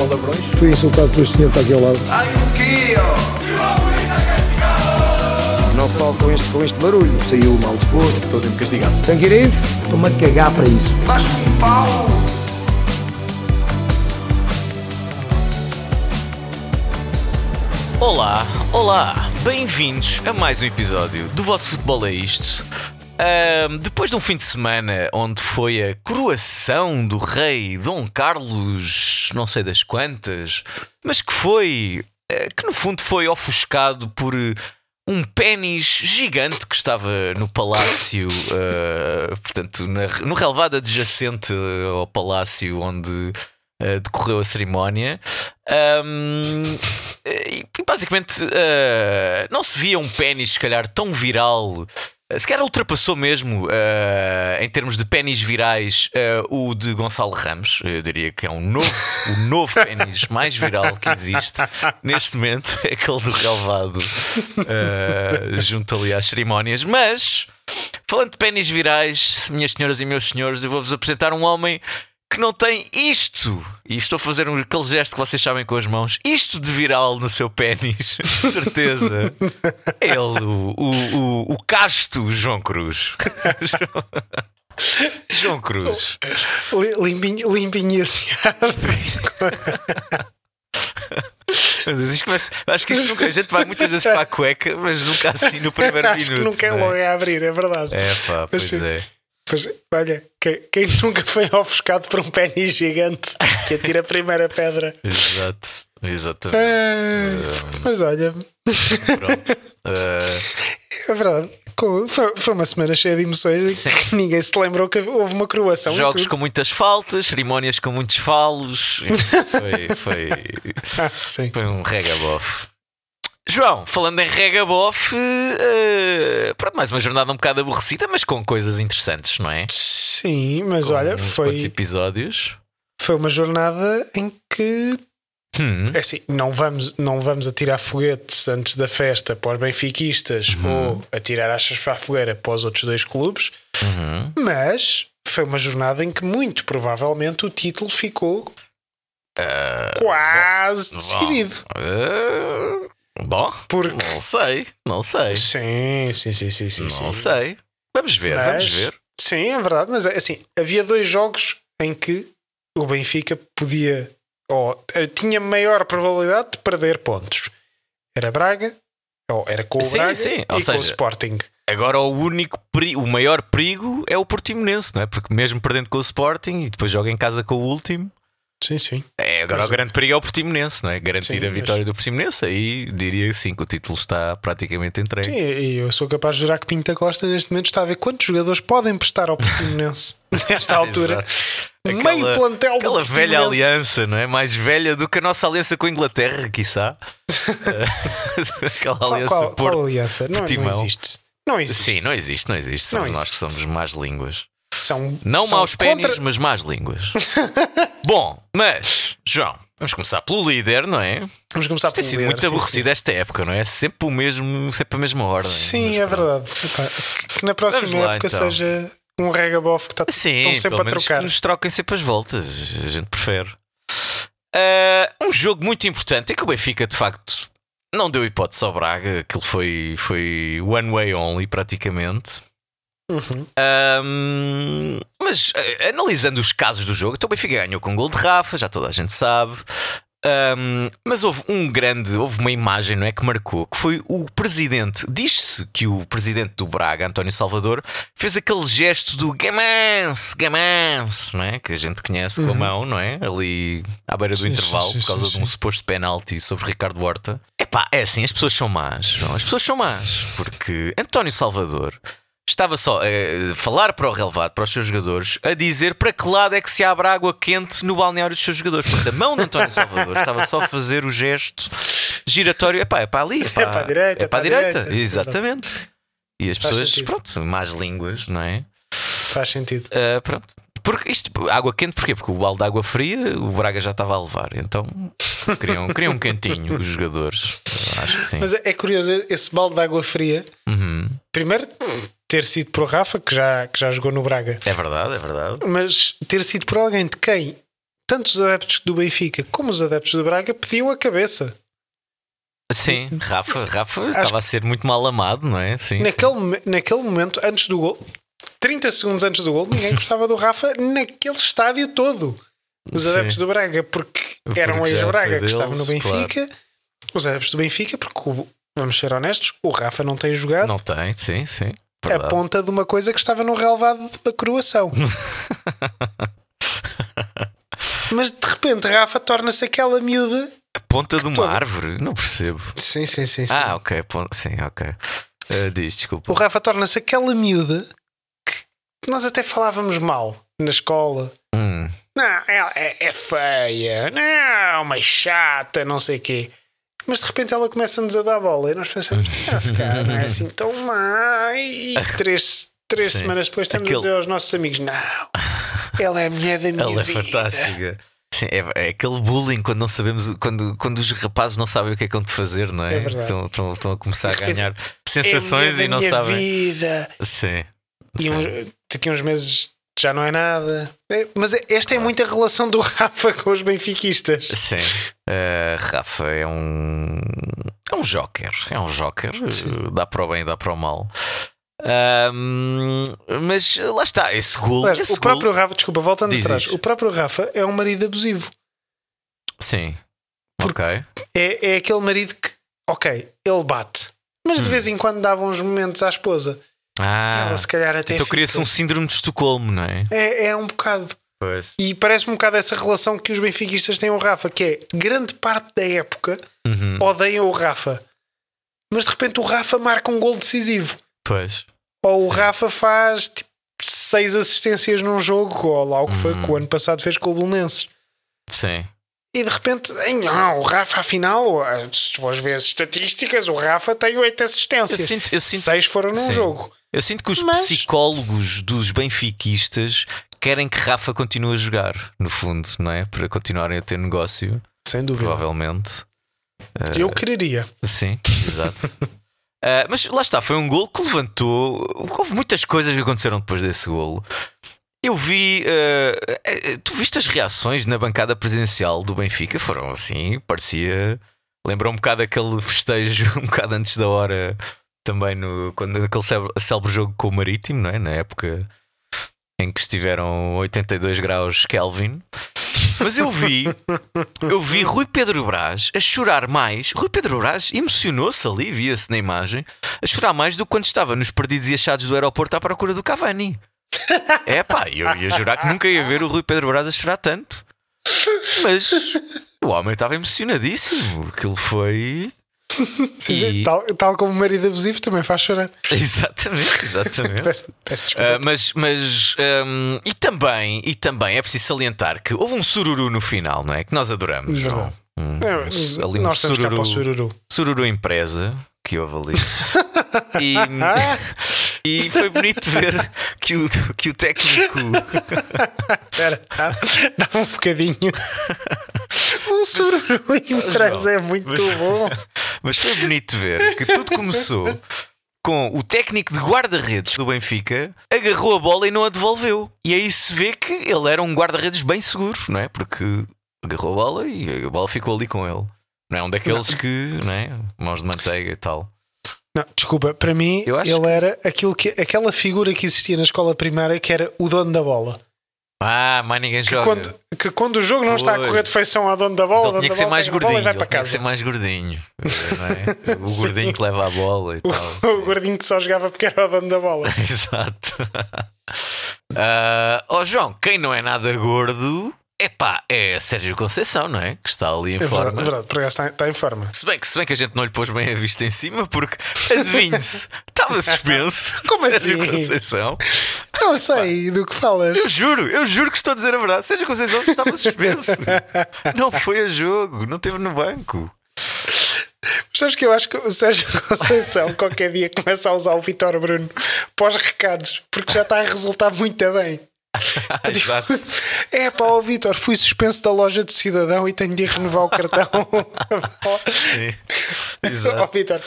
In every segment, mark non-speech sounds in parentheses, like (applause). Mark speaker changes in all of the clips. Speaker 1: anos.
Speaker 2: Fui insultado por este senhor que está aqui ao lado.
Speaker 1: Ai, o quê, ó?
Speaker 2: Não falo com este, com este barulho. Saiu mal disposto.
Speaker 3: Estou sempre castigado.
Speaker 2: Tem que ir a isso? Estou-me a cagar para isso.
Speaker 1: Mas com pau?
Speaker 4: Olá, olá, bem-vindos a mais um episódio do vosso Futebol é Isto. Ahm, depois de um fim de semana onde foi a coroação do rei Dom Carlos, não sei das quantas, mas que foi, eh, que no fundo foi ofuscado por eh, um pênis gigante que estava no palácio, eh, portanto, na, no relevado adjacente eh, ao palácio onde eh, decorreu a cerimónia. Ahm, e e basicamente eh, não se via um pênis, se calhar, tão viral. Eh, Se calhar ultrapassou mesmo, eh, em termos de pênis virais, eh, o de Gonçalo Ramos. Eu diria que é um novo, o novo pênis mais viral que existe neste momento. É aquele do relevado eh, junto ali às cerimónias. Mas, falando de pênis virais, minhas senhoras e meus senhores, eu vou-vos apresentar um homem que não tem isto, e estou a fazer um, aquele gesto que vocês sabem com as mãos, isto de viral no seu pênis, (laughs) de certeza. É ele, o, o, o, o casto João Cruz. (laughs) João Cruz.
Speaker 5: Li- Limpinho, limpinho assim.
Speaker 4: Mas isto começa- acho que isto nunca, a gente vai muitas vezes para a cueca, mas nunca
Speaker 5: (laughs)
Speaker 4: assim no primeiro
Speaker 5: Acho
Speaker 4: minuto.
Speaker 5: que nunca é
Speaker 4: não é?
Speaker 5: logo a abrir, é verdade.
Speaker 4: É pá,
Speaker 5: Mas
Speaker 4: pois
Speaker 5: sim.
Speaker 4: é.
Speaker 5: Mas, olha, quem, quem nunca foi ofuscado por um pênis gigante que atira a primeira pedra?
Speaker 4: (laughs) Exato. Exatamente.
Speaker 5: Ah, mas olha,
Speaker 4: Pronto. Eh,
Speaker 5: é verdade. co- Foi, foi uma semana cheia de emoções
Speaker 4: Sim.
Speaker 5: que ninguém se lembrou que houve uma croação. e
Speaker 4: Jogos
Speaker 5: tudo.
Speaker 4: com muitas faltas, cerimónias com
Speaker 5: (laughs)
Speaker 4: muitos falos. Foi, foi,
Speaker 5: Ah, sim.
Speaker 4: foi um regabof. João, falando em regabof, eh, pronto, mais uma jornada um bocado aborrecida, mas com coisas interessantes, não é?
Speaker 5: Sim, mas
Speaker 4: Com um
Speaker 5: olha,
Speaker 4: uns
Speaker 5: foi,
Speaker 4: quantos episódios.
Speaker 5: foi uma jornada em que
Speaker 4: Hum,
Speaker 5: É assim, não vamos, não vamos atirar foguetes antes da festa para os benfiquistas ou atirar achas para a fogueira para os outros dois clubes,
Speaker 4: uhum.
Speaker 5: mas foi uma jornada em que muito provavelmente o título ficou
Speaker 4: Ah,
Speaker 5: quase decidido.
Speaker 4: Eh, bom,
Speaker 5: Porque-
Speaker 4: não sei, não sei,
Speaker 5: Sim, sim, sim, sim, sim.
Speaker 4: não
Speaker 5: sim.
Speaker 4: sei. Vamos ver,
Speaker 5: Mas-
Speaker 4: vamos ver.
Speaker 5: Sim, é verdade, mas é assim, havia dois jogos em que o Benfica podia ou eh, tinha maior probabilidade de perder pontos. Era Braga, ou era com o
Speaker 4: Sim,
Speaker 5: Braga
Speaker 4: sim,
Speaker 5: e
Speaker 4: ou
Speaker 5: com o
Speaker 4: seja,
Speaker 5: Sporting.
Speaker 4: Agora o único peri- o maior perigo é o Portimonense, não é? Porque mesmo perdendo com o Sporting e depois joga em casa com o último,
Speaker 5: Sim, sim.
Speaker 4: é, agora
Speaker 5: Pois
Speaker 4: o grande perigo é o Portimonense, não é? Garantir
Speaker 5: Sim,
Speaker 4: a vitória do Portimonense, aí diria sim que o título está praticamente entregue.
Speaker 5: Sim, e eu sou capaz de jurar que Pinta Costa neste momento está a ver quantos jogadores podem prestar ao
Speaker 4: (laughs)
Speaker 5: Portimonense nesta altura.
Speaker 4: Exato.
Speaker 5: Meio
Speaker 4: Aquela-
Speaker 5: plantel do
Speaker 4: Aquela velha
Speaker 5: Portimonense.
Speaker 4: aliança, não é? Mais velha do que a nossa aliança com a Inglaterra,
Speaker 5: (laughs)
Speaker 4: quiçá. Eh, (laughs) Aquela
Speaker 5: Qual,
Speaker 4: aliança
Speaker 5: qual,
Speaker 4: Porto.
Speaker 5: qual aliança? Não,
Speaker 4: Portimão.
Speaker 5: não existe. Não existe.
Speaker 4: Sim, não existe, não existe.
Speaker 5: Não
Speaker 4: Somos nós que
Speaker 5: existe.
Speaker 4: somos más línguas.
Speaker 5: São,
Speaker 4: Não
Speaker 5: são
Speaker 4: maus pênis,
Speaker 5: contra-
Speaker 4: mas más línguas. (laughs) Bom, mas, João, vamos começar pelo líder, não é?
Speaker 5: Vamos começar
Speaker 4: Tem
Speaker 5: pelo
Speaker 4: sido
Speaker 5: líder,
Speaker 4: muito
Speaker 5: sim,
Speaker 4: aborrecido esta época, não é? Sempre o mesmo, sempre a mesma ordem.
Speaker 5: Sim,
Speaker 4: Mas
Speaker 5: é
Speaker 4: pronto.
Speaker 5: verdade. Epá, que- que na próxima
Speaker 4: Vamos lá,
Speaker 5: época
Speaker 4: então.
Speaker 5: seja um regabof que está
Speaker 4: Sim,
Speaker 5: estão sempre
Speaker 4: pelo
Speaker 5: a
Speaker 4: menos
Speaker 5: trocar.
Speaker 4: que nos troquem sempre as voltas. A gente prefere. Ah, um jogo muito importante é que o Benfica, de facto, não deu hipótese ao Braga. Aquilo foi, foi one way only, praticamente.
Speaker 5: Uhum.
Speaker 4: Ahm, mas eh, analisando os casos do jogo, então o Benfica ganhou com um gol de Rafa, já toda a gente sabe. Ahm, mas houve um grande, houve uma imagem, não é? Que marcou, que foi o presidente. Diz-se que o presidente do Braga, António Salvador, fez aquele gesto do gamance, gamance, não é? Que a gente conhece com a mão, não é? Ali à beira do
Speaker 5: Uhum. Sim, sim,
Speaker 4: intervalo,
Speaker 5: sim,
Speaker 4: por causa
Speaker 5: sim,
Speaker 4: de um suposto penalti sobre Ricardo Horta. Epá, é assim, as pessoas são más, João, as pessoas são más, porque António Salvador estava só a falar para o relevado, para os seus jogadores, a dizer para que lado é que se abre água quente no balneário dos seus jogadores. Portanto, a mão de António Salvador estava só a fazer o gesto giratório, epá, é para ali, é para,
Speaker 5: para a direita,
Speaker 4: é para a
Speaker 5: é para a
Speaker 4: direita.
Speaker 5: direita.
Speaker 4: Exatamente. E as
Speaker 5: Faz
Speaker 4: pessoas,
Speaker 5: sentido.
Speaker 4: pronto, más línguas, não é?
Speaker 5: Faz sentido.
Speaker 4: Ah, pronto. Porque isto, água quente, porquê? Porque o balde de água fria o Braga já estava a levar. Então queriam, queriam um quentinho os jogadores. Eu Acho que sim.
Speaker 5: Mas é, é curioso, esse balde de água fria,
Speaker 4: Uhum.
Speaker 5: primeiro ter sido por Rafa, que já, que já jogou no Braga.
Speaker 4: É verdade, é verdade.
Speaker 5: mas ter sido por alguém de quem tanto os adeptos do Benfica como os adeptos do Braga pediam a cabeça.
Speaker 4: Sim, Rafa, Rafa estava a ser muito mal amado, não é? Sim,
Speaker 5: Naquele, mom- naquele momento, antes do gol, 30 segundos antes do gol, ninguém gostava do Rafa naquele estádio todo. Os
Speaker 4: Sim.
Speaker 5: adeptos do Braga, porque
Speaker 4: Porque
Speaker 5: eram
Speaker 4: já foi
Speaker 5: ex-Braga que
Speaker 4: deles,
Speaker 5: estavam no Benfica. Os adeptos do Benfica, porque o- vamos ser honestos, o Rafa não tem
Speaker 4: sim.
Speaker 5: jogado
Speaker 4: Não tem, sim, sim.
Speaker 5: a
Speaker 4: Verdade.
Speaker 5: ponta de uma coisa que estava no relevado da
Speaker 4: (laughs)
Speaker 5: coroação. Mas de repente Rafa torna-se aquela miúda.
Speaker 4: A ponta de uma
Speaker 5: todo-
Speaker 4: árvore? Não percebo.
Speaker 5: Sim, sim, sim. sim.
Speaker 4: Ah, ok. pon- Sim, ok. Ah, diz, desculpa.
Speaker 5: O Rafa torna-se aquela miúda que nós até falávamos mal na escola.
Speaker 4: Hum,
Speaker 5: Não, ela é, é feia, não, mas chata, não sei o quê. Mas de repente ela começa-nos a dar bola e nós pensamos, "Ah, se calhar não é assim tão má. E três, três
Speaker 4: Sim.
Speaker 5: semanas depois estamos
Speaker 4: Aquele-
Speaker 5: a dizer aos nossos amigos: não, ela é a mulher da minha
Speaker 4: ela é
Speaker 5: vida."
Speaker 4: fantástica. Sim, é, é aquele bullying quando não sabemos, o- quando, quando os rapazes não sabem o que é que hão de fazer, não é?
Speaker 5: É verdade.
Speaker 4: estão, estão, estão a começar a
Speaker 5: De repente,
Speaker 4: ganhar
Speaker 5: É a mulher
Speaker 4: sensações
Speaker 5: da
Speaker 4: e não
Speaker 5: minha
Speaker 4: sabem.
Speaker 5: Vida.
Speaker 4: Sim.
Speaker 5: E
Speaker 4: sim.
Speaker 5: uns- daqui a uns meses já não é nada. É, Mas é- esta é muita relação do Rafa com os benfiquistas.
Speaker 4: Sim. Eh, Rafa é um. É um joker. É um joker. Eh, Dá para o bem, dá para o mal. Ahm, mas eh, lá está. Esse gol.
Speaker 5: Aliás,
Speaker 4: esse
Speaker 5: o próprio
Speaker 4: gol-
Speaker 5: Rafa, desculpa, voltando
Speaker 4: Diz,
Speaker 5: atrás,
Speaker 4: diz.
Speaker 5: o próprio Rafa é um marido abusivo.
Speaker 4: Sim.
Speaker 5: Porque-
Speaker 4: Ok.
Speaker 5: É, é aquele marido que, ok, ele bate, mas de
Speaker 4: Hum.
Speaker 5: vez em quando dava uns momentos à esposa.
Speaker 4: Ah.
Speaker 5: Ela se calhar até.
Speaker 4: Então
Speaker 5: fica.
Speaker 4: cria-se um síndrome de Estocolmo, não é?
Speaker 5: É, é um bocado.
Speaker 4: Pois.
Speaker 5: E parece um bocado essa relação que os benfiquistas têm ao Rafa, que é grande parte da época
Speaker 4: Uhum. Hum.
Speaker 5: odeiam o Rafa. Mas de repente o Rafa marca um gol decisivo.
Speaker 4: Pois.
Speaker 5: Ou o
Speaker 4: Sim.
Speaker 5: Rafa faz tipo, seis assistências num jogo, ou lá o que foi
Speaker 4: Uhum.
Speaker 5: que o ano passado fez com o Belenenses.
Speaker 4: Sim.
Speaker 5: E de repente, "Ei, não, o Rafa, afinal, eh, se fores ver as estatísticas, o Rafa tem oito
Speaker 4: Eu
Speaker 5: assistências.
Speaker 4: sinto, eu, sinto,
Speaker 5: seis foram num
Speaker 4: sim.
Speaker 5: jogo.
Speaker 4: eu sinto que os
Speaker 5: Mas-
Speaker 4: psicólogos dos benfiquistas querem que Rafa continue a jogar, no fundo, não é? Para continuarem a ter negócio,
Speaker 5: Sem dúvida.
Speaker 4: provavelmente.
Speaker 5: Eu quereria.
Speaker 4: Sim, exato. Ah, mas lá está, foi um gol que levantou. Houve muitas coisas que aconteceram depois desse golo. Eu vi. ah, eh, tu viste as reações na bancada presidencial do Benfica? Foram assim, parecia. Lembrou um bocado aquele festejo, (laughs) um bocado antes da hora, também no, quando, naquele célebre, célebre jogo com o Marítimo, não é? Na época em que estiveram 82 graus Kelvin. Mas eu vi eu vi Rui Pedro Brás a chorar mais. Rui Pedro Brás emocionou-se ali, via-se na imagem, a chorar mais do que quando estava nos perdidos e achados do aeroporto à procura do Cavani. É pá, eu ia jurar que nunca ia ver o Rui Pedro Brás a chorar tanto. Mas o homem estava emocionadíssimo. Aquilo foi.
Speaker 5: Quer dizer,
Speaker 4: E-
Speaker 5: Tal, tal como o marido abusivo também faz chorar.
Speaker 4: (laughs) Exatamente,
Speaker 5: (laughs)
Speaker 4: exatamente.
Speaker 5: Peço, peço desculpa.
Speaker 4: Uh, mas mas um, e também e também é preciso salientar que houve um sururu no final, não é? Que nós adoramos.
Speaker 5: Verdade.
Speaker 4: não? Um-
Speaker 5: É,
Speaker 4: um- ali um
Speaker 5: Nós estamos cá para o
Speaker 4: sururu,
Speaker 5: sururu.
Speaker 4: sururu empresa que houve ali. e,
Speaker 5: Ah,
Speaker 4: e foi bonito ver que o, que o técnico
Speaker 5: espera, (laughs) dá, dá um
Speaker 4: (laughs)
Speaker 5: bocadinho. Um sururu em trás é muito
Speaker 4: mas-
Speaker 5: bom.
Speaker 4: Mas foi bonito ver que tudo começou com o técnico de guarda-redes do Benfica agarrou a bola e não a devolveu. E aí se vê que ele era um guarda-redes bem seguro, não é? Porque agarrou a bola e a bola ficou ali com ele. Não é um daqueles que, não é? Mãos de manteiga e tal.
Speaker 5: Não, desculpa, para mim
Speaker 4: Eu acho
Speaker 5: ele era aquilo que, aquela figura que existia na escola primária que era o dono da bola.
Speaker 4: Ah, mais ninguém
Speaker 5: Que
Speaker 4: joga.
Speaker 5: quando, que quando o jogo não está a
Speaker 4: Pois.
Speaker 5: correr de feição ao dono da
Speaker 4: Mas
Speaker 5: bola, o
Speaker 4: ele
Speaker 5: dono
Speaker 4: tinha que
Speaker 5: da
Speaker 4: ser
Speaker 5: bola
Speaker 4: mais
Speaker 5: pega a bola e vai para
Speaker 4: gordinho. ele tinha que ser
Speaker 5: casa.
Speaker 4: mais gordinho. não é? O
Speaker 5: Sim.
Speaker 4: gordinho que leva a bola e tal.
Speaker 5: (laughs) (laughs) O gordinho que só jogava porque era o dono da bola.
Speaker 4: (laughs) Exato. Ah, ó João, quem não é nada gordo, epá, é Sérgio Conceição, não é? Que está ali em
Speaker 5: É verdade,
Speaker 4: forma.
Speaker 5: é verdade, por acaso está, está em forma.
Speaker 4: Se bem, que, se bem que a gente não lhe pôs bem a vista em cima, porque adivinhe-se, estava suspenso.
Speaker 5: (laughs) Como
Speaker 4: Sérgio
Speaker 5: assim?
Speaker 4: Conceição.
Speaker 5: Não sei do que falas.
Speaker 4: Eu juro, eu juro que estou a dizer a verdade. Sérgio Conceição estava
Speaker 5: (laughs)
Speaker 4: suspenso. não foi a jogo, não esteve no banco.
Speaker 5: Sabes que eu acho que o Sérgio (laughs) Conceição qualquer dia começa a usar o Vitor Bruno pós recados porque já está a resultar muito bem.
Speaker 4: Ah, Exato.
Speaker 5: É pá, ó Vitor, fui suspenso da loja do cidadão e tenho de ir renovar o cartão. (laughs)
Speaker 4: Sim.
Speaker 5: Ó
Speaker 4: (laughs) Exato.
Speaker 5: Vitor,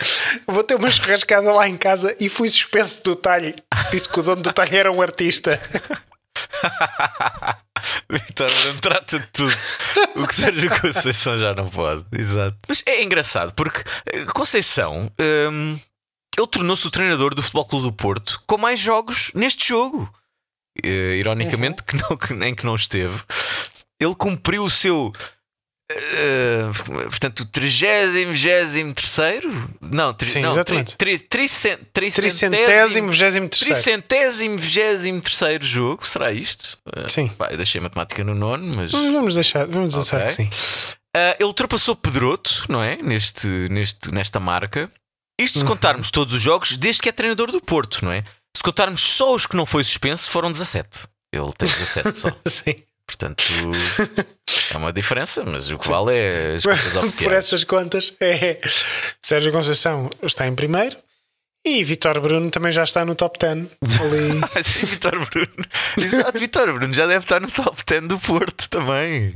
Speaker 5: vou ter uma churrascada lá em casa e fui suspenso do talho. Disse que o dono do talho era um artista.
Speaker 4: Vitor Bruno trata de tudo. O que Sérgio Conceição já não pode. Exato. Mas é engraçado porque eh, Conceição. hum, ele tornou-se o treinador do Futebol Clube do Porto com mais jogos neste jogo. Eh, ironicamente,
Speaker 5: Uhum.
Speaker 4: que não, que, nem que não esteve. Ele cumpriu o seu. eh, portanto, o 30, 23. Não, tri,
Speaker 5: Sim,
Speaker 4: não,
Speaker 5: exatamente.
Speaker 4: Tri, tri, tricen-
Speaker 5: Tricentésimo, vigésimo terceiro.
Speaker 4: Tricentésimo, vigésimo terceiro jogo, será isto? Eh,
Speaker 5: Sim.
Speaker 4: pá, eu deixei a matemática no nono, mas.
Speaker 5: Vamos vamos deixar, vamos
Speaker 4: Ok.
Speaker 5: deixar que sim. (laughs)
Speaker 4: Ah, ele ultrapassou Pedroto, não é? Neste, neste, nesta marca. Isto se contarmos todos os jogos, desde que é treinador do Porto, não é? Se contarmos só os que não foi suspenso, foram 17. Ele tem 17 só.
Speaker 5: Sim.
Speaker 4: Portanto, é uma diferença, mas o que vale é as contas
Speaker 5: Por
Speaker 4: oficiais.
Speaker 5: essas contas, (laughs) é. Sérgio Conceição está em primeiro e Vitor Bruno também já está no top 10. Ali.
Speaker 4: (laughs) Ah, Sim, Vitor Bruno. Exato, Vitor Bruno já deve estar no top 10 do Porto também.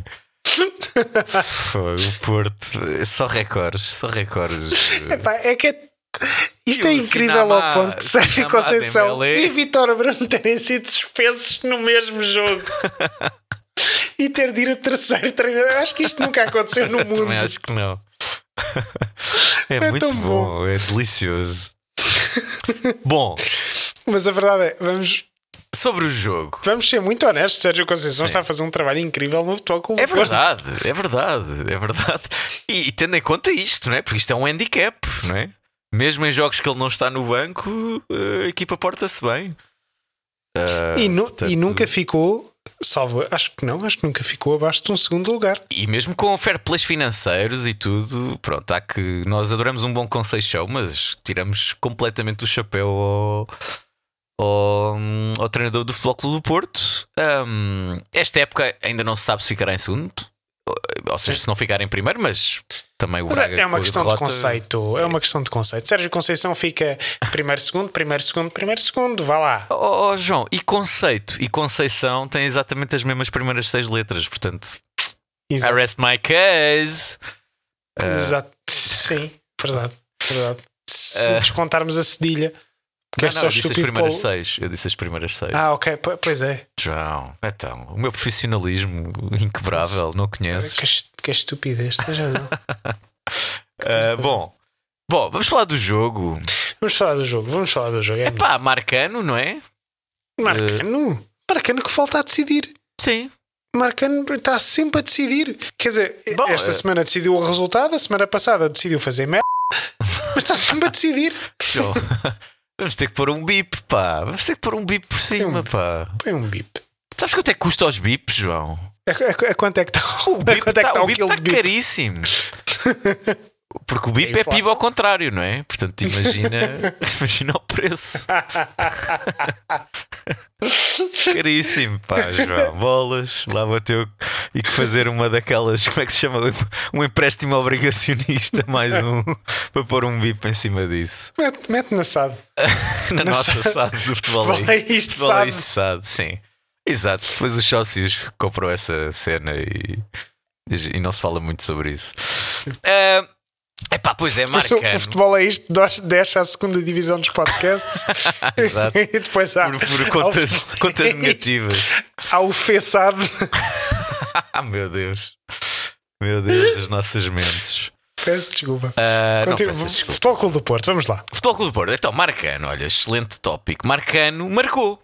Speaker 4: Fogo, o Porto. É Só recordes, só recordes.
Speaker 5: Epá, é que é- Isto
Speaker 4: E
Speaker 5: é
Speaker 4: o
Speaker 5: incrível
Speaker 4: Sinamá-
Speaker 5: ao ponto de Sérgio
Speaker 4: Sinamá
Speaker 5: Conceição
Speaker 4: Dembélé.
Speaker 5: e Vitor Bruno terem sido suspensos no mesmo
Speaker 4: (laughs)
Speaker 5: jogo. E ter de ir o terceiro treinador. Eu Acho que isto nunca aconteceu no mundo.
Speaker 4: (laughs) Também acho
Speaker 5: (laughs)
Speaker 4: que não. é,
Speaker 5: É
Speaker 4: muito
Speaker 5: tão
Speaker 4: bom,
Speaker 5: bom.
Speaker 4: é delicioso. bom,
Speaker 5: Mas a verdade é, vamos,
Speaker 4: sobre o jogo.
Speaker 5: vamos ser muito honestos: Sérgio Conceição
Speaker 4: Sim.
Speaker 5: está a fazer um trabalho incrível no futebol Clube
Speaker 4: É
Speaker 5: do Porto.
Speaker 4: verdade, é verdade, é verdade. E, e tendo em conta isto, não é? Porque isto é um handicap, não é? Mesmo em jogos que ele não está no banco, eh, a equipa porta-se bem. Ah,
Speaker 5: E, nu-
Speaker 4: portanto-
Speaker 5: e nunca ficou, salvo, acho que não, acho que nunca ficou abaixo de um segundo lugar.
Speaker 4: E mesmo com fair plays financeiros e tudo, pronto, há que. Nós adoramos um bom Conceição, mas tiramos completamente o chapéu ao, ao, ao treinador do Futebol Clube do Porto. Hum, esta época ainda não se sabe se ficará em segundo, ou, ou seja, se não ficar em primeiro, mas também o
Speaker 5: Mas
Speaker 4: Braga.
Speaker 5: é, é uma
Speaker 4: com a
Speaker 5: questão
Speaker 4: derrota-
Speaker 5: de conceito. É uma questão de conceito. Sérgio Conceição fica primeiro, segundo, primeiro, segundo, primeiro, segundo. Vá lá.
Speaker 4: Oh, oh, João, e conceito e Conceição têm exatamente as mesmas primeiras seis letras, portanto,
Speaker 5: Exato.
Speaker 4: arrest my case. Ah,
Speaker 5: Exato.
Speaker 4: É.
Speaker 5: Sim, verdade. verdade. Se descontarmos a cedilha, que é
Speaker 4: não, não,
Speaker 5: só
Speaker 4: eu disse as
Speaker 5: estúpido.
Speaker 4: primeiras
Speaker 5: para o-
Speaker 4: seis. Eu disse as primeiras seis.
Speaker 5: Ah, ok. po- Pois é.
Speaker 4: João, então, o meu profissionalismo (laughs) inquebrável, não conheces.
Speaker 5: Que, es- que estupidez. Tens razão.
Speaker 4: Ah, bom, bom, vamos falar do jogo.
Speaker 5: Vamos falar do jogo. Vamos falar do jogo. É
Speaker 4: Pá, Marcano, não é? eh,
Speaker 5: Marcano. Marcano que falta a decidir.
Speaker 4: Sim.
Speaker 5: Marcano está sempre a decidir. Quer dizer,
Speaker 4: Bom,
Speaker 5: esta
Speaker 4: é-
Speaker 5: semana decidiu o resultado, a semana passada decidiu fazer merda,
Speaker 4: (laughs)
Speaker 5: mas está sempre a decidir.
Speaker 4: João. (laughs) vamos ter que pôr um bip, pá. Vamos ter que pôr um bip por cima, pá.
Speaker 5: Põe um bip.
Speaker 4: Sabes quanto é que custa os bips, João?
Speaker 5: A, (laughs) a- a quanto é que está o
Speaker 4: O bip
Speaker 5: quanto é que
Speaker 4: tá-
Speaker 5: está
Speaker 4: o
Speaker 5: o
Speaker 4: bip
Speaker 5: quilo
Speaker 4: tá
Speaker 5: de bip?
Speaker 4: caríssimo. (laughs) Porque o bip
Speaker 5: É
Speaker 4: é PIB ao
Speaker 5: inflação.
Speaker 4: contrário, não é? Portanto, imagina, (laughs) imagina o (laughs) preço. Caríssimo, pá, João. Bolas, lá bateu e que fazer uma daquelas, como é que se chama? Um empréstimo obrigacionista, mais um, (laughs) para pôr um bip em cima disso.
Speaker 5: Mete, mete na SAD.
Speaker 4: (laughs)
Speaker 5: é
Speaker 4: Na
Speaker 5: Mas-
Speaker 4: nossa SAD do futebol. aí.
Speaker 5: Futebolista
Speaker 4: Futebol aí
Speaker 5: SAD.
Speaker 4: SAD, sim. Exato. Depois os sócios compram essa cena e, e não se fala muito sobre isso. É epá, pois é,
Speaker 5: Mas o- O
Speaker 4: marcano.
Speaker 5: futebol é isto, nós- desce à segunda divisão dos podcasts
Speaker 4: (laughs)
Speaker 5: (laughs)
Speaker 4: Exato.
Speaker 5: e depois há,
Speaker 4: Por,
Speaker 5: (laughs)
Speaker 4: por contas,
Speaker 5: há o- (laughs)
Speaker 4: contas negativas.
Speaker 5: há o FESAD.
Speaker 4: Ah, meu Deus. Meu Deus, as nossas mentes.
Speaker 5: Peço desculpa.
Speaker 4: Ah, não
Speaker 5: Continua.
Speaker 4: peças desculpa.
Speaker 5: futebol Clube do Porto, vamos lá.
Speaker 4: Futebol Clube do Porto. Então, Marcano, olha, excelente tópico. Marcano marcou.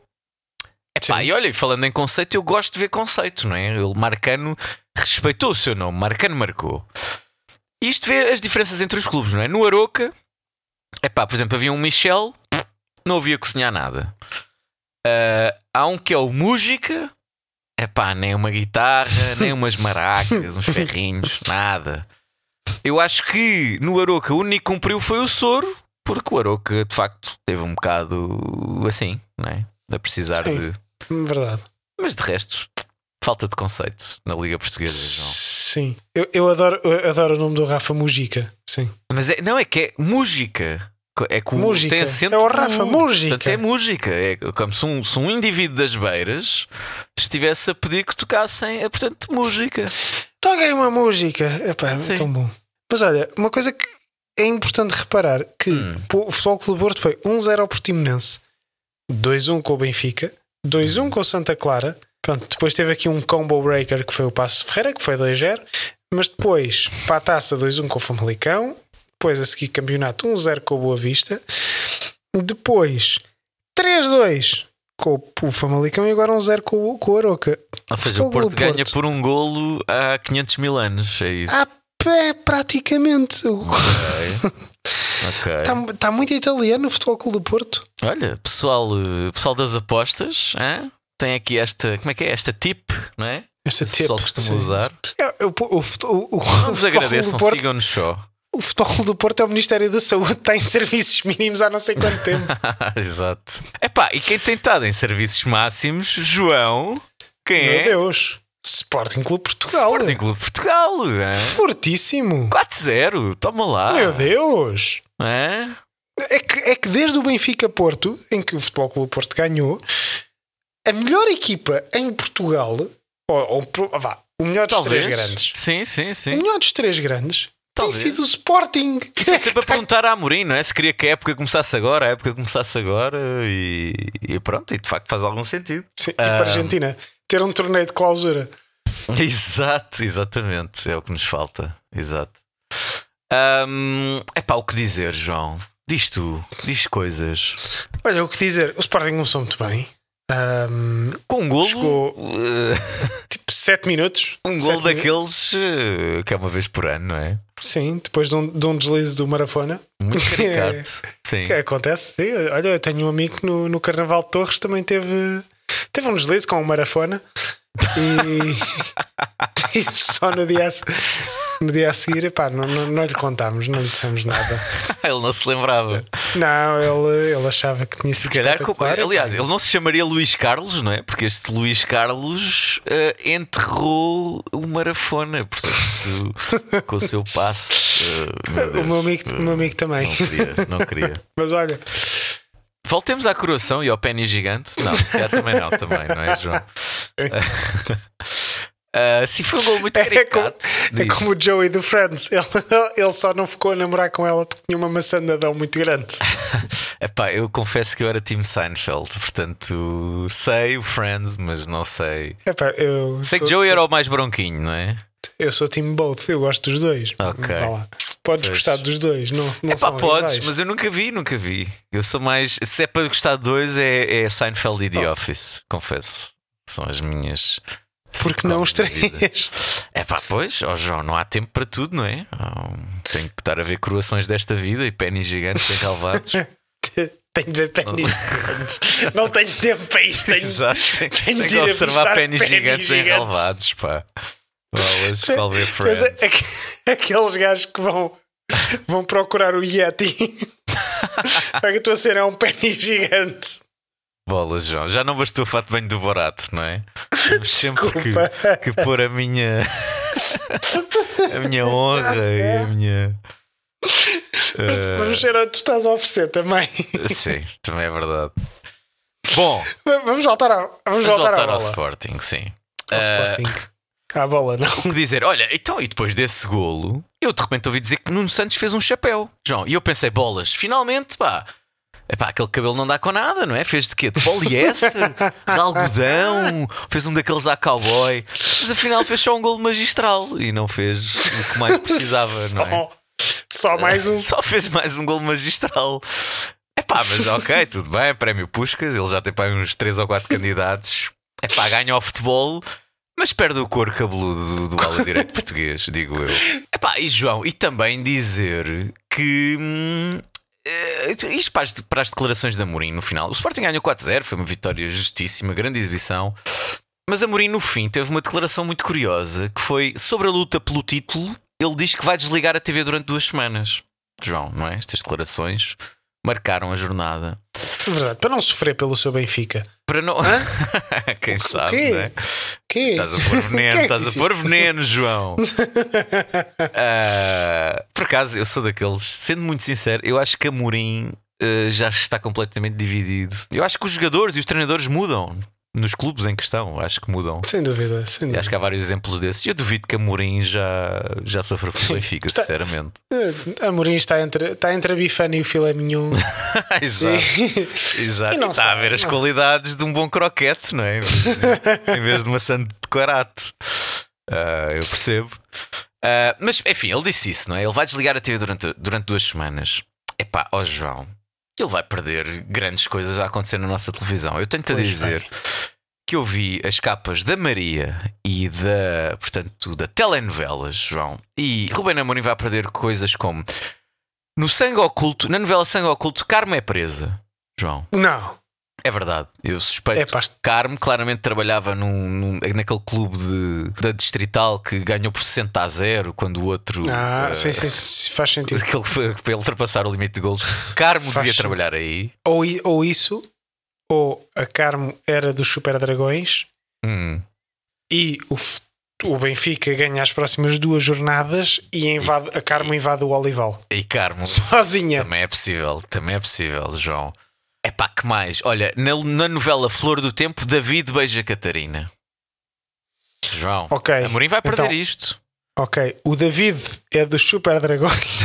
Speaker 4: Epá,
Speaker 5: Sim.
Speaker 4: e olha, falando em conceito, eu gosto de ver conceito, não é? Ele, Marcano, respeitou o seu nome. Marcano marcou. E isto vê as diferenças entre os clubes, não é? No Aroca, epá, por exemplo, havia um Michel, não havia cozinhar nada. Ah, há um que é o Música, epá, nem
Speaker 5: (laughs)
Speaker 4: uma guitarra, nem umas maracas, uns ferrinhos, nada. Eu acho que no Aroca o único que cumpriu foi o Soro, porque o Aroca de facto teve um bocado assim, não é? A precisar
Speaker 5: Sim.
Speaker 4: de.
Speaker 5: Verdade.
Speaker 4: Mas de resto, falta de conceito na Liga Portuguesa, João.
Speaker 5: Sim. Eu, eu adoro, eu adoro o nome do Rafa Mujica. Sim.
Speaker 4: Mas é- não, é que é música. É que o-
Speaker 5: Música.
Speaker 4: tem acento.
Speaker 5: É o
Speaker 4: no
Speaker 5: Rafa
Speaker 4: U.
Speaker 5: Música.
Speaker 4: Portanto, é música. É como se um, se um indivíduo das beiras estivesse a pedir que tocassem, é, portanto, música.
Speaker 5: Toquem uma música. Epá,
Speaker 4: Sim.
Speaker 5: é tão bom. Mas olha, uma coisa que é importante reparar que
Speaker 4: Hum.
Speaker 5: o Futebol Clube do Porto um
Speaker 4: Hum.
Speaker 5: foi 1-0 ao Portimonense, 2-1 com um o Benfica, 2-1 com o Santa Clara, Pronto, depois teve aqui um combo breaker que foi o Passo Ferreira, que foi 2-0, mas depois para a taça 2-1 com o Famalicão, depois a seguir campeonato 1-0 com o Boa Vista, depois 3-2 com o Famalicão e agora 1-0 com, o- com o Aroca.
Speaker 4: Ou seja,
Speaker 5: Fogo
Speaker 4: o Porto
Speaker 5: do
Speaker 4: ganha por um golo há 500 mil anos. É isso. é?
Speaker 5: Ah, pé, praticamente. (laughs)
Speaker 4: ok.
Speaker 5: Está tá muito italiano o Futebol Clube do Porto.
Speaker 4: Olha, pessoal, eh, pessoal das apostas, hã? tem aqui esta. Como é que é? Esta tip, não é?
Speaker 5: Esta
Speaker 4: O pessoal
Speaker 5: tip,
Speaker 4: costuma
Speaker 5: sim. (laughs)
Speaker 4: usar.
Speaker 5: É, o, o, fute-
Speaker 4: (laughs)
Speaker 5: o, o, o
Speaker 4: Não nos
Speaker 5: Futebol Clube do
Speaker 4: agradeçam,
Speaker 5: Porto-
Speaker 4: sigam-nos só. (laughs)
Speaker 5: O Futebol do Porto é o Ministério da Saúde, está em (laughs) serviços mínimos há não sei quanto
Speaker 4: (laughs)
Speaker 5: tempo.
Speaker 4: Exato. Epá, e quem tem estado em serviços máximos, João, quem
Speaker 5: Meu
Speaker 4: é?
Speaker 5: Deus. Sporting Clube Portugal.
Speaker 4: Sporting Clube é? de Portugal. hã?
Speaker 5: Fortíssimo.
Speaker 4: 4-0, toma lá.
Speaker 5: Meu Deus.
Speaker 4: Hã?
Speaker 5: É que, é que desde o Benfica Porto, em que o Futebol Clube Porto ganhou, a melhor equipa em Portugal, ou, ou pro- vá, o melhor dos
Speaker 4: Talvez.
Speaker 5: três grandes.
Speaker 4: Sim, sim,
Speaker 5: O
Speaker 4: sim.
Speaker 5: melhor dos três grandes
Speaker 4: Talvez.
Speaker 5: tem sido o Sporting. (laughs)
Speaker 4: Tem sempre a perguntar à Amorim, não é? Se queria que a época começasse agora, a época começasse agora e, e pronto, e de facto faz algum sentido.
Speaker 5: Sim, e para a Argentina, ter um torneio de clausura.
Speaker 4: (laughs) Exato, exatamente. É o que nos falta. Exato. é pá, o que dizer, João? Diz tu, diz coisas.
Speaker 5: Olha, o que dizer, o Sporting começou muito bem. Ahm,
Speaker 4: Com um golo,
Speaker 5: Chegou-
Speaker 4: eh,
Speaker 5: tipo 7 minutos.
Speaker 4: um
Speaker 5: Sete
Speaker 4: golo
Speaker 5: minu-
Speaker 4: daqueles eh, que é uma vez por ano, não é?
Speaker 5: Sim, depois de um, de um deslize do Marafona. (laughs)
Speaker 4: Muito caricato.
Speaker 5: É.
Speaker 4: Sim.
Speaker 5: Que acontece. Sim, olha, eu tenho um amigo que no, no Carnaval de Torres também teve, teve um deslize com o Marafona. E, e (laughs) só no dia, a se- no dia a seguir, epá, não, não, não lhe contámos, não lhe dissemos nada.
Speaker 4: (laughs) Ele não se lembrava.
Speaker 5: Não, ele, ele achava que tinha
Speaker 4: Se
Speaker 5: sido.
Speaker 4: calhar, com-
Speaker 5: espetacular.
Speaker 4: aliás, ele não se chamaria Luís Carlos, não é? Porque este Luís Carlos eh, enterrou o
Speaker 5: (laughs)
Speaker 4: Marafona, portanto, com o seu passe. eh, meu
Speaker 5: o
Speaker 4: Deus,
Speaker 5: meu amigo, o meu amigo também.
Speaker 4: Não queria, não queria.
Speaker 5: Mas olha,
Speaker 4: Voltemos à coroação e ao pênis gigante. Não, se calhar também não, também, não é,
Speaker 5: (laughs)
Speaker 4: João? Ah, sim, foi um gol muito
Speaker 5: É como-
Speaker 4: caricato.
Speaker 5: é como o Joey do Friends. (laughs) Ele, ele só não ficou a namorar com ela porque tinha uma maçã de Adão muito grande.
Speaker 4: Epá, eu confesso que eu era Team Seinfeld, portanto, sei o Friends, mas não sei.
Speaker 5: Epá, eu
Speaker 4: Sei que
Speaker 5: sou-
Speaker 4: Joey era o mais bronquinho, não é?
Speaker 5: Eu sou time both, eu gosto dos dois.
Speaker 4: Ok.
Speaker 5: Vá lá. Podes
Speaker 4: Pois.
Speaker 5: gostar dos dois, não, não
Speaker 4: Epá,
Speaker 5: são
Speaker 4: É podes,
Speaker 5: rivais.
Speaker 4: mas eu nunca vi, nunca vi. Eu sou mais. Se é para gostar de dois, é, é Seinfeld e The Office, confesso. São as minhas.
Speaker 5: porque não os
Speaker 4: sitcoms da vida.
Speaker 5: três. (laughs)
Speaker 4: É pá, pois, ó João, não há tempo para tudo, não é? Há um- Tem que estar a ver coroações desta vida e pênis gigantes engalvados.
Speaker 5: (laughs) tenho de ver ténis gigantes. Não tenho tempo para isto. Tenho...
Speaker 4: Exato, tem que
Speaker 5: tenho de
Speaker 4: tem que
Speaker 5: ir avistar
Speaker 4: observar pênis
Speaker 5: pênis
Speaker 4: gigantes
Speaker 5: gigantes.
Speaker 4: engalvados, pá. Bolas, qual ver
Speaker 5: Mas
Speaker 4: Friends.
Speaker 5: é- aqu- aqueles gajos que vão, vão procurar o
Speaker 4: (laughs)
Speaker 5: Yeti. Para que a tua cena é um pênis gigante.
Speaker 4: Bolas, João. Já não bastou o fato bem do Borato, não é? Temos sempre
Speaker 5: Desculpa.
Speaker 4: que, que pôr a minha. a minha honra e a minha.
Speaker 5: Mas
Speaker 4: Eh,
Speaker 5: vamos ser onde tu estás a oferecer também.
Speaker 4: sim, também é verdade. Bom,
Speaker 5: Vamos voltar, ao, vamos
Speaker 4: vamos
Speaker 5: voltar,
Speaker 4: voltar
Speaker 5: à
Speaker 4: ao
Speaker 5: bola.
Speaker 4: Sporting, sim.
Speaker 5: Ao
Speaker 4: Eh,
Speaker 5: Sporting. (laughs) À bola, não.
Speaker 4: que dizer, olha, então e depois desse golo, eu de repente ouvi dizer que Nuno Santos fez um chapéu, João, e eu pensei, bolas, finalmente, pá. Epá, aquele cabelo não dá com nada, não é? Fez de quê? De poliéster? de algodão? Fez um daqueles a cowboy? Mas afinal fez só um golo magistral e não fez o que mais precisava, não é?
Speaker 5: Só, só mais um.
Speaker 4: Só fez mais um golo magistral. Epá,
Speaker 5: (laughs)
Speaker 4: mas ok, tudo bem, é prémio Puscas, ele já tem para aí uns 3 ou 4 candidatos. Epá, ganha ao futebol, mas perde o cor cabeludo do, do
Speaker 5: (laughs)
Speaker 4: ala direito português, digo eu. Epá, e João, e também dizer que... hum, eh, isto para as, para as declarações da Mourinho no final. O Sporting ganhou 4-0, foi uma vitória justíssima, grande exibição. Mas a Mourinho, no fim, teve uma declaração muito curiosa que foi sobre a luta pelo título. Ele diz que vai desligar a TV durante duas semanas. João, não é? Estas declarações marcaram a jornada.
Speaker 5: Verdade, para não sofrer pelo seu Benfica.
Speaker 4: Para não. (laughs) Quem sabe,
Speaker 5: quê?
Speaker 4: não é?
Speaker 5: Que?
Speaker 4: Estás a pôr veneno,
Speaker 5: (laughs) Quem
Speaker 4: estás a
Speaker 5: disse
Speaker 4: pôr
Speaker 5: (laughs)
Speaker 4: veneno, João. Ah, por acaso, eu sou daqueles, sendo muito sincero, eu acho que Amorim ah, já está completamente dividido. Eu acho que os jogadores e os treinadores mudam. nos clubes em questão, acho que mudam.
Speaker 5: Sem dúvida, sem
Speaker 4: E
Speaker 5: dúvida.
Speaker 4: Acho que há vários exemplos desses. Eu duvido que Amorim já, já sofreu por Benfica,
Speaker 5: Está-
Speaker 4: sinceramente. (laughs)
Speaker 5: A Mourinho está entre, está entre a bifana e o filé mignon.
Speaker 4: (laughs) Exato.
Speaker 5: E (laughs)
Speaker 4: Exato.
Speaker 5: não
Speaker 4: Está a
Speaker 5: sei,
Speaker 4: ver as
Speaker 5: não.
Speaker 4: qualidades de um bom croquete,
Speaker 5: (laughs)
Speaker 4: não é? em vez de uma sand de quarato. Ah, eu percebo. Ah, mas, enfim, ele disse isso, não é? Ele vai desligar a TV durante, durante duas semanas. Epá, ó João, ele vai perder grandes coisas a acontecer na nossa televisão. Eu tenho-te a
Speaker 5: Pois
Speaker 4: dizer que eu vi as capas da Maria e da, portanto, da telenovelas, João. E Rubén Amorim vai perder coisas como... No Sangue Oculto, na novela Sangue Oculto, Carmo é presa, João.
Speaker 5: Não,
Speaker 4: É verdade, eu suspeito.
Speaker 5: é pasta.
Speaker 4: Carmo claramente trabalhava num, num- naquele clube de- da Distrital que ganhou por 60 a 0 quando o outro. (laughs)
Speaker 5: Ah,
Speaker 4: eh,
Speaker 5: sim, sim, sim, faz sentido.
Speaker 4: Aquele, foi- para ele ultrapassar o limite de golos. Carmo
Speaker 5: Faz
Speaker 4: devia
Speaker 5: sentido.
Speaker 4: trabalhar aí.
Speaker 5: Ou, i- ou isso, ou a Carmo era dos Super Dragões
Speaker 4: Hum.
Speaker 5: e o, f- o Benfica ganha as próximas duas jornadas e invade, a Carmo invade o Olival.
Speaker 4: E Carmo.
Speaker 5: Sozinha.
Speaker 4: Também é possível, também é possível, João. É pá, que mais? Olha, na, na novela Flor do Tempo, David beija Catarina. João,
Speaker 5: Ok.
Speaker 4: Amorim vai perder
Speaker 5: então-
Speaker 4: isto.
Speaker 5: Ok, o David é dos Super
Speaker 4: (laughs)
Speaker 5: Dragões.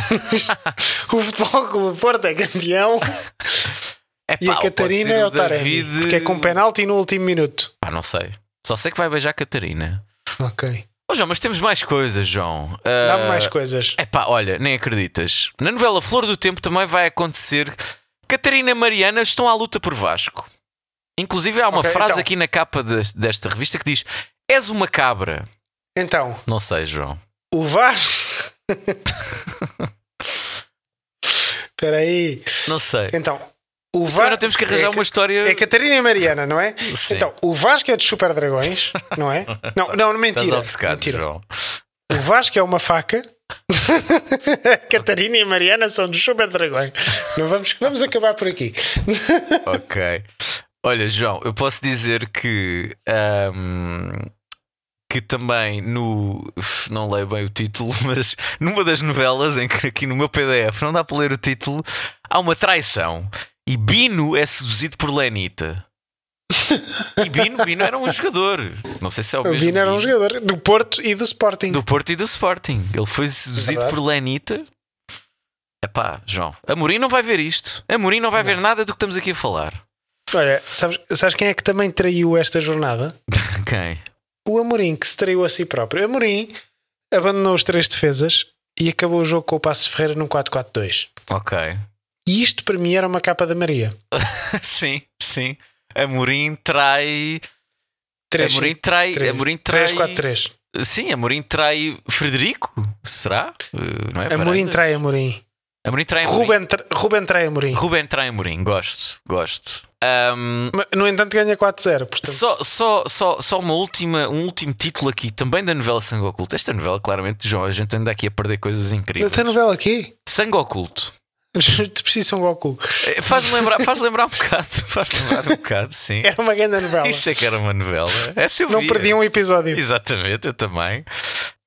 Speaker 5: o Futebol Clube do Porto é campeão
Speaker 4: Epá,
Speaker 5: e
Speaker 4: ou
Speaker 5: a
Speaker 4: pode
Speaker 5: Catarina
Speaker 4: ser
Speaker 5: é o Taremi,
Speaker 4: David-
Speaker 5: que é com penalti no último minuto.
Speaker 4: Pá, não sei. Só sei que vai beijar Catarina.
Speaker 5: Ok.
Speaker 4: Ó João, mas temos mais coisas, João.
Speaker 5: Dá-me
Speaker 4: Ah,
Speaker 5: mais coisas.
Speaker 4: Epá, olha, nem acreditas. Na novela Flor do Tempo também vai acontecer. Catarina e Mariana estão à luta por Vasco. Inclusive há uma
Speaker 5: Ok,
Speaker 4: frase
Speaker 5: então.
Speaker 4: aqui na capa des- desta revista que diz: És uma cabra.
Speaker 5: Então,
Speaker 4: Não sei, João.
Speaker 5: o
Speaker 4: (laughs)
Speaker 5: Vasco. Espera aí.
Speaker 4: Não sei.
Speaker 5: Então, o
Speaker 4: Mas também não
Speaker 5: Vasco.
Speaker 4: temos que arranjar uma história.
Speaker 5: É Catarina e Mariana, não é?
Speaker 4: Sim.
Speaker 5: Então, o Vasco é de Super Dragões, não
Speaker 4: (laughs)
Speaker 5: é? Não, não,
Speaker 4: Estás
Speaker 5: mentira.
Speaker 4: obcecado,
Speaker 5: mentira.
Speaker 4: João.
Speaker 5: O Vasco é uma faca. (laughs) Catarina e Mariana são dos Super Dragões. Não vamos, vamos acabar por aqui.
Speaker 4: Ok. Olha, João, eu posso dizer que. ahm, que também no. Uf, Não leio bem o título, (laughs) mas numa das novelas, em que aqui no meu PDF não dá para ler o título, há uma traição. E Bino é seduzido por Lenita. E Bino, Bino era um jogador. Não sei se é o,
Speaker 5: O
Speaker 4: mesmo.
Speaker 5: Bino era um jogador do Porto e do Sporting.
Speaker 4: Do Porto e do Sporting. Ele foi seduzido
Speaker 5: É Verdade.
Speaker 4: por Lenita. Epá, João. Amorim não vai ver isto. Amorim não vai ver nada do que estamos aqui a falar. (laughs)
Speaker 5: Olha, sabes, sabes quem é que também traiu esta jornada?
Speaker 4: Quem?
Speaker 5: o Amorim que se traiu a si próprio. Amorim abandonou os três defesas e acabou o jogo com o Passos Ferreira num 4-4-2.
Speaker 4: Ok.
Speaker 5: E isto para mim era uma capa da Maria.
Speaker 4: (laughs) Sim, sim. Amorim trai.
Speaker 5: Três,
Speaker 4: Amorim trai.
Speaker 5: três.
Speaker 4: Amorim trai.
Speaker 5: 3-4-3.
Speaker 4: Sim, Amorim trai Frederico. Será? Eh, Não é?
Speaker 5: Amorim
Speaker 4: Varanda?
Speaker 5: trai Amorim.
Speaker 4: Amorim trai Amorim. Ruben.
Speaker 5: Ruben, tra- Ruben trai Amorim.
Speaker 4: trai Amorim. Gosto, gosto. Ahm,
Speaker 5: Mas, No entanto, ganha 4-0. Portanto,
Speaker 4: só, só, só, só uma última, um último título aqui, também da novela Sangue Oculto. Esta novela, claramente, João, a gente anda aqui a perder coisas incríveis.
Speaker 5: até novela aqui.
Speaker 4: Sangue Oculto.
Speaker 5: (laughs) Te preciso um Goku.
Speaker 4: Eh, Faz-me lembrar, faz lembrar um bocado. (laughs) Faz lembrar um bocado, sim.
Speaker 5: Era uma grande novela.
Speaker 4: Isso é que era uma novela. Essa eu
Speaker 5: Não
Speaker 4: via.
Speaker 5: perdi um episódio.
Speaker 4: Exatamente, eu também.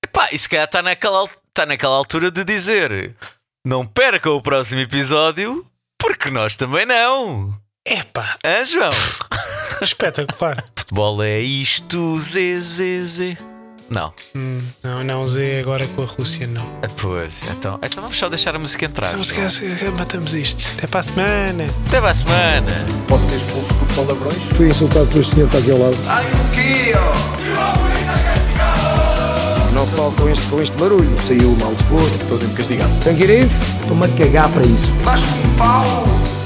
Speaker 4: Epá, e se calhar está naquela, al- está naquela altura de dizer: não perca o próximo episódio, porque nós também não.
Speaker 5: Epá,
Speaker 4: Hã, João?
Speaker 5: espetacular.
Speaker 4: Futebol é isto, zê, zê, zê. Não.
Speaker 5: Hum, não, não, Z agora com a Rússia, não.
Speaker 4: Ah, Pois, então, então vamos só deixar a música entrar.
Speaker 5: Não
Speaker 4: João.
Speaker 5: esquece, matamos isto. Até para a semana.
Speaker 4: Até para a semana.
Speaker 2: Posso ser expulso por palavrões? Fui insultado por este senhor que está aqui ao lado.
Speaker 1: Ai, o que, ó?
Speaker 2: Não falo com este, com este barulho. Saiu mal disposto. Estou sempre castigado. Tem que ir a isso? Estou-me a cagar para isso.
Speaker 1: Vasco um pau.